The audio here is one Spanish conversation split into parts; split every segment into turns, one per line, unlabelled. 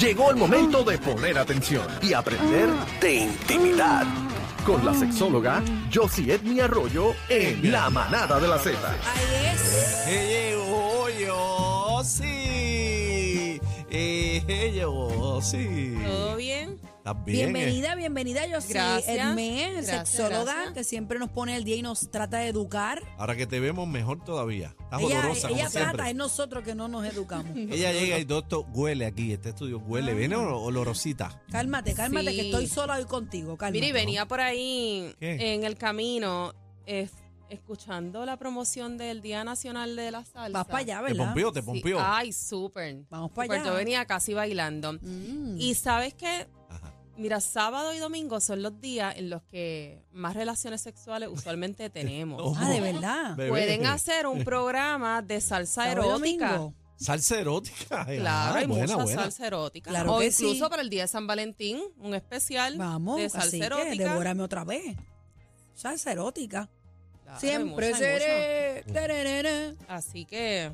Llegó el momento de poner atención y aprender de intimidad. Con la sexóloga Josie Edmi Arroyo en La Manada de la Z.
Ahí es.
Eh, llegó yo, sí. Eh, eh, llegó, sí.
¿Todo bien?
¿Estás bien? eh?
bienvenida, bienvenida, yo soy
Gracias,
Edmé,
gracias,
sexóloga,
gracias.
que siempre nos pone el día y nos trata de educar.
Eh, Ahora que te vemos mejor todavía. Estás
ella
olorosa,
ella
como siempre.
trata, es nosotros que no nos educamos.
Ella llega y todo esto huele aquí. Este estudio
Ah.
huele. Viene olo- olorosita.
Cálmate, cálmate,
Sí.
que estoy sola hoy contigo, cálmate.
Mira, y venía por ahí
¿Qué?
en el camino es- escuchando la promoción del Día Nacional de la Salsa.
Vas para allá,
Te
¿verdad?
pompió, te
Ah, Sí.
pompió.
Ay, súper.
Vamos pa'
Súper,
allá.
Yo venía casi bailando.
Mm.
Y sabes qué?
Ajá.
Mira, sábado y domingo son los días en los que más relaciones sexuales usualmente tenemos.
No,
Ah, de verdad.
Bebé.
Pueden hacer un programa de salsa
Sábado y
erótica.
domingo.
Salsa erótica. Ay,
Claro,
ah,
hay
buena,
mucha
buena.
salsa erótica.
Claro
o
que
incluso
sí.
para el día de San Valentín, un especial
Vamos,
de salsa
así que
erótica.
devórame otra vez. Salsa erótica.
Claro, hay
Siempre
mucha, hay mucha.
seré. tereré.
Así que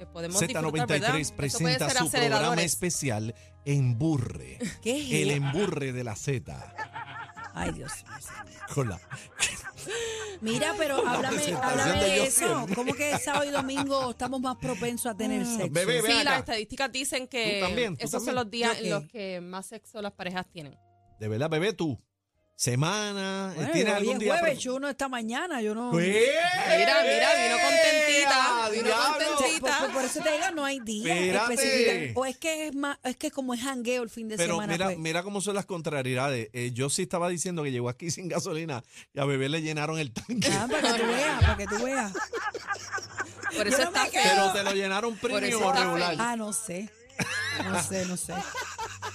eh, podemos disfrutar, ¿verdad?
Z93
Esto puede
presenta su
ser
programa
aceleradores.
especial Emburre.
¿Qué
El
es?
emburre de la Z.
Ay, Dios mío, señor.
Con la-
Mira, pero háblame,
presentación
háblame
de
de
yo
eso.
siempre. Mm.
¿Cómo que sábado y domingo estamos más propensos a tener sexo?
bebé, Ven
Sí,
acá.
las estadísticas dicen que
Tú también, tú
esos
también.
son los
¿Yo
días en
qué?
los que más sexo las parejas tienen.
De verdad, bebé, tú. Semana. eh,
Bueno,
¿Tienes
hoy
algún
es
día? Pues,
jueves,
pre-
chuno esta mañana, yo no...
Mira,
mira, vino contentita, vino
Por,
contentita.
pues, por- por eso te digo, no hay día
Espérate.
específico. O es que es más, es que como es jangueo el fin de
Pero
semana.
mira,
pues.
mira cómo son las contrariedades. Eh, yo sí estaba diciendo que llegó aquí sin gasolina y a bebé le llenaron el tanque.
Ah, para que tú veas, para que tú veas.
Por eso
no
está
me
feo.
Pero te lo llenaron premium
eso
o
está
regular.
feliz.
Ah, no sé. No sé, no sé.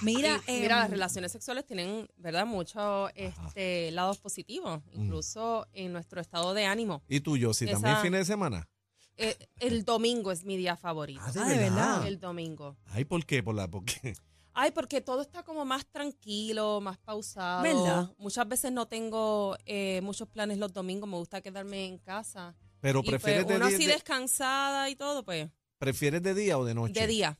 Mira,
Y, mira,
em,
las relaciones sexuales tienen, ¿verdad? Muchos este, lados positivos,
Mm.
incluso en nuestro estado de ánimo.
Y tú, yo sí, también
Esa-
fines de semana.
Eh, el domingo es mi día favorito.
de Ah, ¿de verdad?
El domingo.
Ay, ¿por qué? Por la, porque
Ay, porque todo está como más tranquilo, más pausado.
¿Verdad?
Muchas veces no tengo eh, muchos planes los domingos, me gusta quedarme en casa.
Pero
y pues,
prefieres, de
uno
día,
así
de-
descansada y todo, pues,
prefieres de día o de noche.
de día.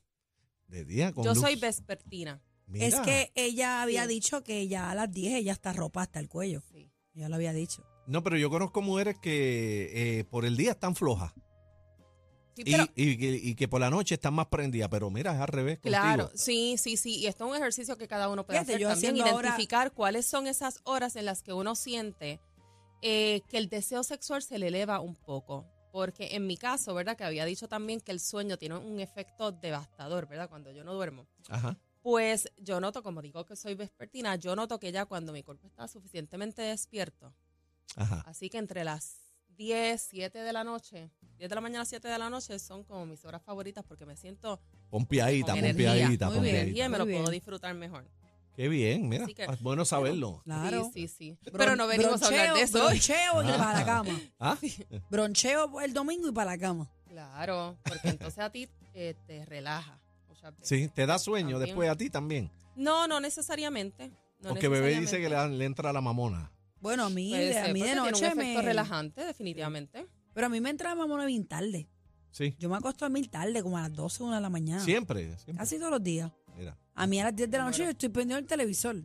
De día con
Yo
luz.
soy vespertina.
Mira.
es que ella había
Sí.
dicho que ya a las 10 ella está ropa hasta el cuello.
Sí.
Ya lo había dicho.
No, pero yo conozco mujeres que eh, por el día están flojas
Sí,
y,
pero,
y que- y que por la noche están más prendidas. Pero mira, es al revés.
claro,
contigo.
sí, sí, sí. Y esto es un ejercicio que cada uno puede
Fíjate,
hacer
yo
también,
haciendo ahora-
identificar cuáles son esas horas en las que uno siente eh, que el deseo sexual se le eleva un poco. Porque en mi caso, ¿verdad? Que había dicho también que el sueño tiene un efecto devastador, ¿verdad? Cuando yo no duermo.
Ajá.
Pues yo noto, como digo que soy vespertina, yo noto que ya cuando mi cuerpo está suficientemente despierto,
Ajá.
así que entre las 10, 7 de la noche, 10 de la mañana, 7 de la noche son como mis horas favoritas porque me siento
Pompeadita,
con
pompeadita,
energía,
muy
con
bien.
pompeadita.
energía y me lo
muy
puedo
bien.
disfrutar mejor.
Qué bien, mira.
Así que-
Ah, bueno saberlo.
Claro.
Sí, sí, sí. Pero no venimos a hablar de eso hoy.
Broncheo y
Ah.
para la cama.
Ah,
Broncheo el domingo y para la cama.
Claro, porque entonces a ti eh, te relaja. muchas veces.
sí, te da sueño
También.
después a ti también.
No, no necesariamente. no
Porque bebé dice que
necesariamente.
le, dan- le entra la mamona.
Bueno, a mí,
Puede
de, a
ser,
mí de
porque
noche
tiene un efecto
me.
relajante, definitivamente.
Pero a mí me entra mamona bien tarde.
Sí,
Yo me acuesto a dormir tarde, como a las 12, 1 de la
Ah.
mañana.
siempre. siempre.
Casi todos los días.
Mira.
A mí a las 10 de la
Me
noche
muero.
yo estoy prendiendo el televisor.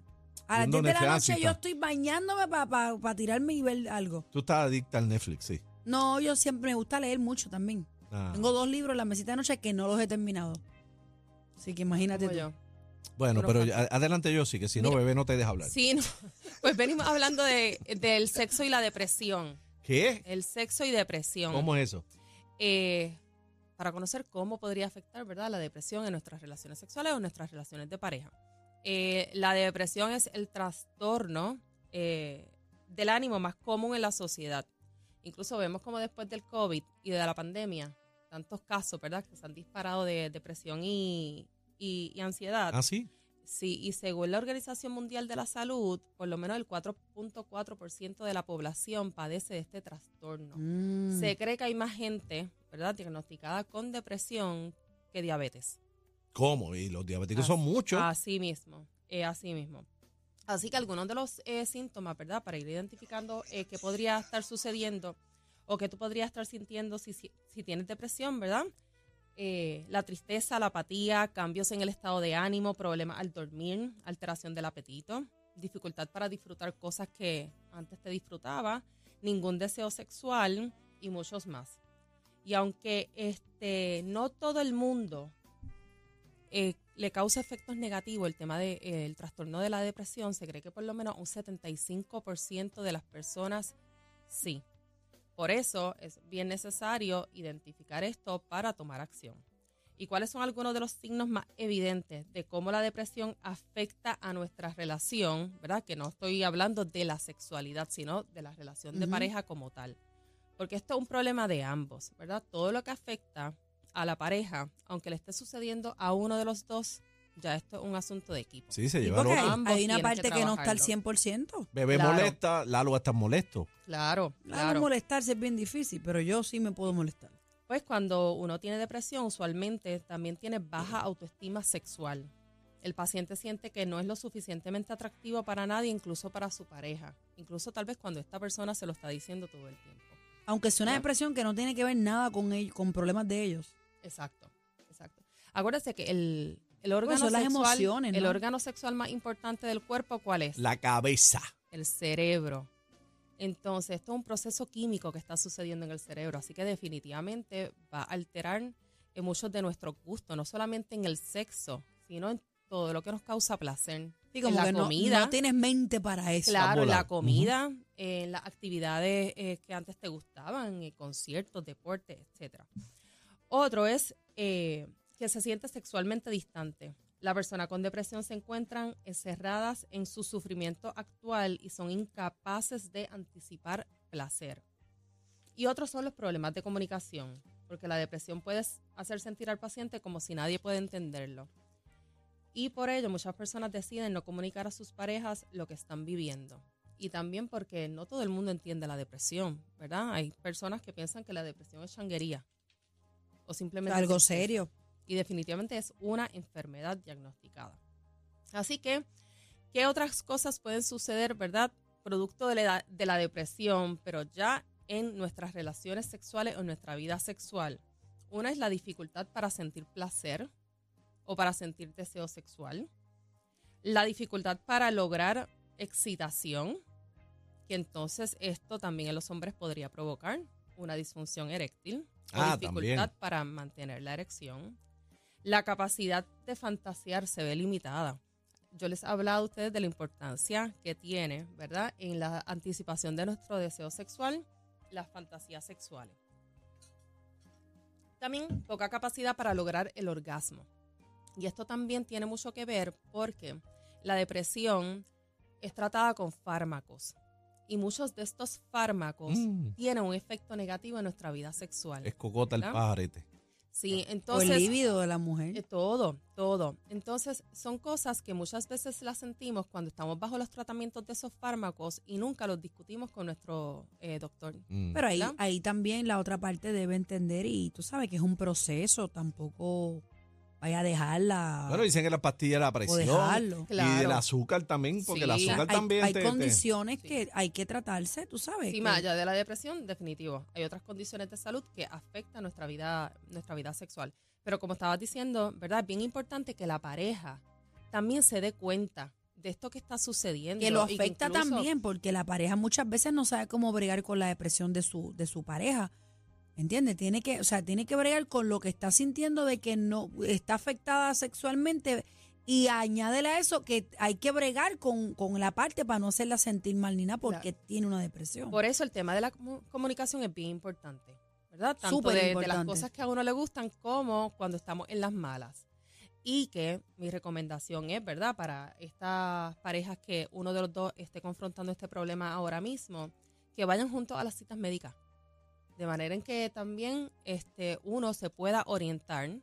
A las
Viendo
10 de la
Netflix, ah.
noche yo
está.
estoy bañándome para tirarme y ver algo.
Tú estás adicta al Netflix, sí.
No, yo siempre me gusta leer mucho también.
Ah,
Tengo dos libros en la mesita de noche que no los he terminado. Así que imagínate
Como
tú.
yo.
Bueno, pero
Pero fácil.
ya- adelante yo sí, que si no,
Mira.
bebé no te deja hablar.
Sí, no. pues venimos hablando de, del sexo y la depresión.
¿Qué?
El sexo y depresión.
¿Cómo es eso?
Eh, para conocer cómo podría afectar ¿verdad? la depresión en nuestras relaciones sexuales o en nuestras relaciones de pareja. Eh, la depresión es el trastorno eh, del ánimo más común en la sociedad. Incluso vemos como después del COVID y de la pandemia, tantos casos ¿verdad? que se han disparado de depresión y, y- y ansiedad.
¿Ah, sí?
Sí, y según la Organización Mundial de la Salud, por lo menos el 4.4% de la población padece de este trastorno.
Mm.
Se cree que hay más gente, ¿verdad?, diagnosticada con depresión que diabetes.
¿Cómo? Y los diabéticos son
Así-
muchos.
Así mismo, eh, así mismo. Así que algunos de los eh, síntomas, ¿verdad?, para ir identificando eh, qué podría estar sucediendo o que tú podrías estar sintiendo si, si, si tienes depresión, ¿verdad? eh, la tristeza, la apatía, cambios en el estado de ánimo, problemas al dormir, alteración del apetito, dificultad para disfrutar cosas que antes te disfrutaba, ningún deseo sexual y muchos más. Y aunque este, no todo el mundo eh, le causa efectos negativos el tema del de, eh, el trastorno de la depresión, se cree que por lo menos un 75% de las personas sí. Por eso es bien necesario identificar esto para tomar acción. ¿Y cuáles son algunos de los signos más evidentes de cómo la depresión afecta a nuestra relación? ¿Verdad? Que no estoy hablando de la sexualidad, sino de la relación de
Ujú.
pareja como tal. Porque esto es un problema de ambos, ¿verdad? Todo lo que afecta a la pareja, aunque le esté sucediendo a uno de los dos, ya esto es un asunto de equipo.
Sí, se
Sí,
lleva
porque
loco.
loco.
hay,
Ambos
hay una
tienen que
parte que, no está al
trabajarlo.
100%.
Bebé
Claro.
molesta, Lalo está molesto.
Claro,
Claro,
claro.
molestarse es bien difícil, pero yo sí me puedo molestar.
Pues cuando uno tiene depresión, usualmente también tiene baja autoestima sexual. El paciente siente que no es lo suficientemente atractivo para nadie, incluso para su pareja. Incluso tal vez cuando esta persona se lo está diciendo todo el tiempo.
Aunque es una
Claro.
depresión que no tiene que ver nada con ellos, con problemas de ellos.
Exacto, exacto. Acuérdese que el, el órgano
Pues son las
sexual,
emociones,
el
¿no?
órgano sexual más importante del cuerpo, ¿cuál es?
La cabeza.
el cerebro. Entonces, esto es un proceso químico que está sucediendo en el cerebro, así que definitivamente va a alterar en muchos de nuestros gustos, no solamente en el sexo, sino en todo lo que nos causa placer.
Y
En
como
la
que no-
comida.
No, tienes mente para eso.
Claro, en
volado.
la comida, en las actividades eh, que antes te gustaban, en conciertos, deportes, etcétera. Otro es eh, que se siente sexualmente distante. La persona con depresión se encuentran encerradas en su sufrimiento actual y son incapaces de anticipar placer. Y otros son los problemas de comunicación, porque la depresión puede hacer sentir al paciente como si nadie puede entenderlo. Y por ello muchas personas deciden no comunicar a sus parejas lo que están viviendo. Y también porque no todo el mundo entiende la depresión, ¿verdad? Hay personas que piensan que la depresión es changuería o
O
simplemente
sea, algo
tristeza
serio.
y definitivamente es una enfermedad diagnosticada. Así que, ¿qué otras cosas pueden suceder, verdad? Producto de la, edad- de la depresión, pero ya en nuestras relaciones sexuales o en nuestra vida sexual. Una es la dificultad para sentir placer o para sentir deseo sexual. La dificultad para lograr excitación, que entonces esto también en los hombres podría provocar una disfunción eréctil o
Ah,
dificultad
también.
para mantener la erección. La capacidad de fantasear se ve limitada. Yo les he hablado a ustedes de la importancia que tiene, ¿verdad?, en la anticipación de nuestro deseo sexual, las fantasías sexuales. También poca capacidad para lograr el orgasmo. Y esto también tiene mucho que ver porque la depresión es tratada con fármacos. Y muchos de estos
Pues,
fármacos
Mm,
tienen un efecto negativo en nuestra vida sexual.
es cocota el
¿Verdad?
pajarete.
Sí,
O el
entonces
líbido de la
eh,
mujer.
Todo, todo. Entonces, son cosas que muchas veces las sentimos cuando estamos bajo los tratamientos de esos fármacos y nunca los discutimos con nuestro eh, doctor.
Mm.
Pero ahí,
¿verdad?
ahí también la otra parte debe entender y tú sabes que es un proceso, tampoco vaya a dejarla
Bueno, dicen que la pastilla era
o
presión.
dejarlo.
Y del
Claro.
azúcar también, porque el
Sí.
azúcar
hay,
también
hay
te- te-
condiciones
Sí.
que hay que tratarse, tú sabes.
Sí,
que-
más allá de la depresión, definitivo. Hay otras condiciones de salud que afectan nuestra vida, nuestra vida sexual. Pero como estabas diciendo, ¿verdad? Es bien importante que la pareja también se dé cuenta de esto que está sucediendo.
que lo
y que
afecta
incluso-
también porque la pareja muchas veces no sabe cómo bregar con la depresión de su de su pareja ¿Entiendes? Tiene que, o sea, tiene que bregar con lo que está sintiendo de que no está afectada sexualmente y añádele a eso que hay que bregar con, con la parte para no hacerla sentir mal ni nada porque tiene una depresión.
Por eso el tema de la comu- comunicación es bien importante, ¿verdad? Tanto
Súper
de, de las
importante.
cosas que a uno le gustan como cuando estamos en las malas. Y que mi recomendación es, ¿verdad? Para estas parejas que uno de los dos esté confrontando este problema ahora mismo, que vayan juntos a las citas médicas. De manera en que también este, uno se pueda orientar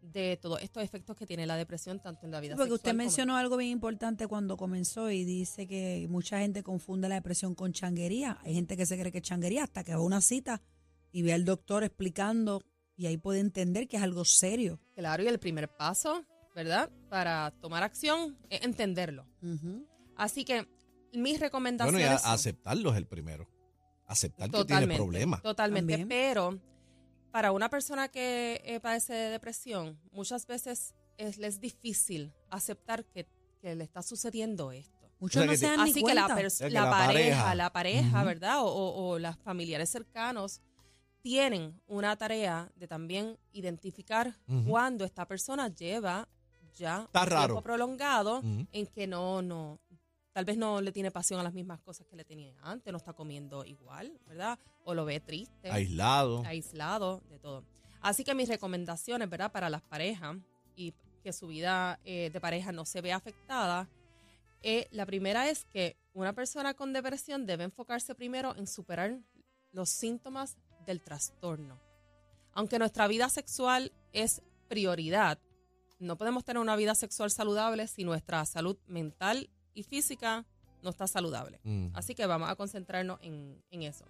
de todos estos efectos que tiene la depresión tanto en la vida
porque usted
sexual como-
mencionó algo bien importante cuando comenzó y dice que mucha gente confunde la depresión con changuería. Hay gente que se cree que es changuería hasta que va a una cita y ve al doctor explicando y ahí puede entender que es algo serio.
Claro, y el primer paso, ¿verdad? Para tomar acción es entenderlo. Así que mis
Bueno,
recomendaciones.
y a-
son-
aceptarlo es el primero. Aceptar que tiene
totalmente,
problemas.
Totalmente,
También.
pero para una persona que eh, padece de depresión, muchas veces es, le es difícil aceptar que, que le está sucediendo esto.
Muchos
O sea
no
que
se
te-
dan ni
Así que la,
cuenta.
pers-
O sea, que
la
la
pareja,
pareja.
la pareja,
Ujú.
¿verdad? O, o- o las familiares cercanos tienen una tarea de también identificar
Ujú.
cuando esta persona lleva ya
Está
un
raro.
tiempo prolongado
Ujú.
en que no, no, tal vez no le tiene pasión a las mismas cosas que le tenía antes, no está comiendo igual, ¿verdad? O lo ve triste
Aislado.
aislado, de todo. Así que mis recomendaciones, ¿verdad? Para las parejas y que su vida eh, de pareja no se vea afectada. eh, la primera es que una persona con depresión debe enfocarse primero en superar los síntomas del trastorno. Aunque nuestra vida sexual es prioridad, no podemos tener una vida sexual saludable si nuestra salud mental y física no está saludable.
Mm.
Así que vamos a concentrarnos en, en eso.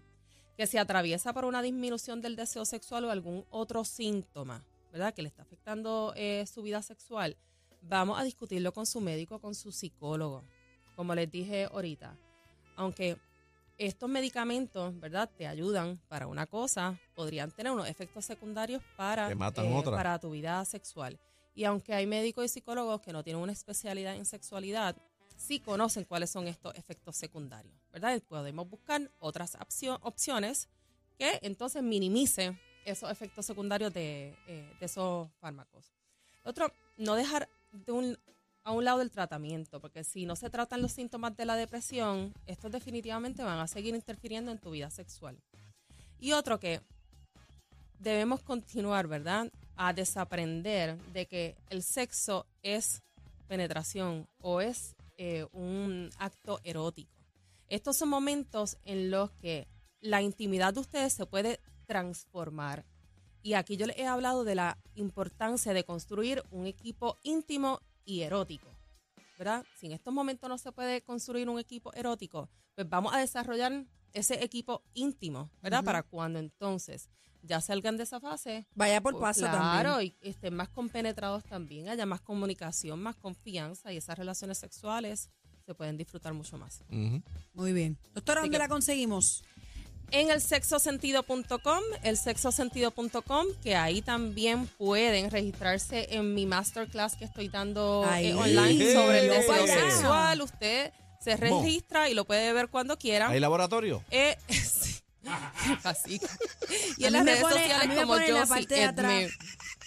Que si atraviesa por una disminución del deseo sexual o algún otro síntoma, ¿verdad? Que le está afectando eh, su vida sexual, vamos a discutirlo con su médico, con su psicólogo. Como les dije ahorita, aunque estos medicamentos, ¿verdad? Te ayudan para una cosa, podrían tener unos efectos secundarios para, eh,
Te matan otra.
para tu vida sexual. Y aunque hay médicos y psicólogos que no tienen una especialidad en sexualidad, sí conocen cuáles son estos efectos secundarios, ¿verdad? Y podemos buscar otras opcio- opciones que entonces minimicen esos efectos secundarios de, eh, de esos fármacos. Otro, no dejar de un, a un lado el tratamiento, porque si no se tratan los síntomas de la depresión, estos definitivamente van a seguir interfiriendo en tu vida sexual. Y otro que debemos continuar, ¿verdad? A desaprender de que el sexo es penetración o es eh, un acto erótico. Estos son momentos en los que la intimidad de ustedes se puede transformar. Y aquí yo les he hablado de la importancia de construir un equipo íntimo y erótico. ¿Verdad? Si en estos momentos no se puede construir un equipo erótico, pues vamos a desarrollar ese equipo íntimo, ¿verdad?
Ujú.
Para cuando entonces ya salgan de esa fase,
Vaya por
pues,
paso
claro,
también.
y estén más compenetrados también, haya más comunicación, más confianza y esas relaciones sexuales se pueden disfrutar mucho más.
Ujú.
Muy bien. Doctora,
Así
¿dónde
que-
la conseguimos?
En el sexosentido.com, el sexosentido.com, que ahí también pueden registrarse en mi masterclass que estoy dando
Ay,
eh, online
sí.
sobre el
Ey,
deseo
vaya.
sexual. Usted se registra y lo puede ver cuando quiera.
¿Hay laboratorio?
Eh, sí. Así. Y
A
en
mí
las
me
redes
pone- a mí
sociales
me
como
pone en la
yo
parte de atrás.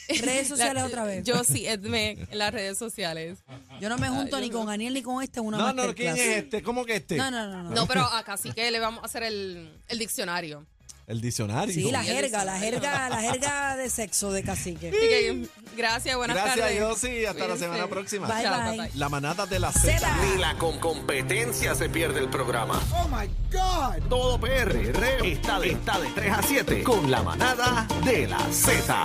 Redes sociales otra vez.
Yo sí, Edme, en las redes sociales.
Yo no me junto ni con Aniel ni con este en una
No, no, ¿quién
masterclass.
es este? ¿Cómo que este?
No, no, no, no.
No, pero acá sí que le vamos a hacer el, el diccionario.
El diccionario.
Sí, la
Aniel
jerga, la
Lizardo.
jerga, la jerga de sexo de cacique.
Así que, gracias, buenas
Gracias,
tardes.
Yossi. Hasta la
Cuídense.
semana próxima.
Bye,
Chao,
bye.
bye, bye.
La manada de la Z.
Zeta.
Ni la con competencia se pierde el programa. Oh E my God. Todo PR está, de- está de 3 a 7 con la manada de la Z.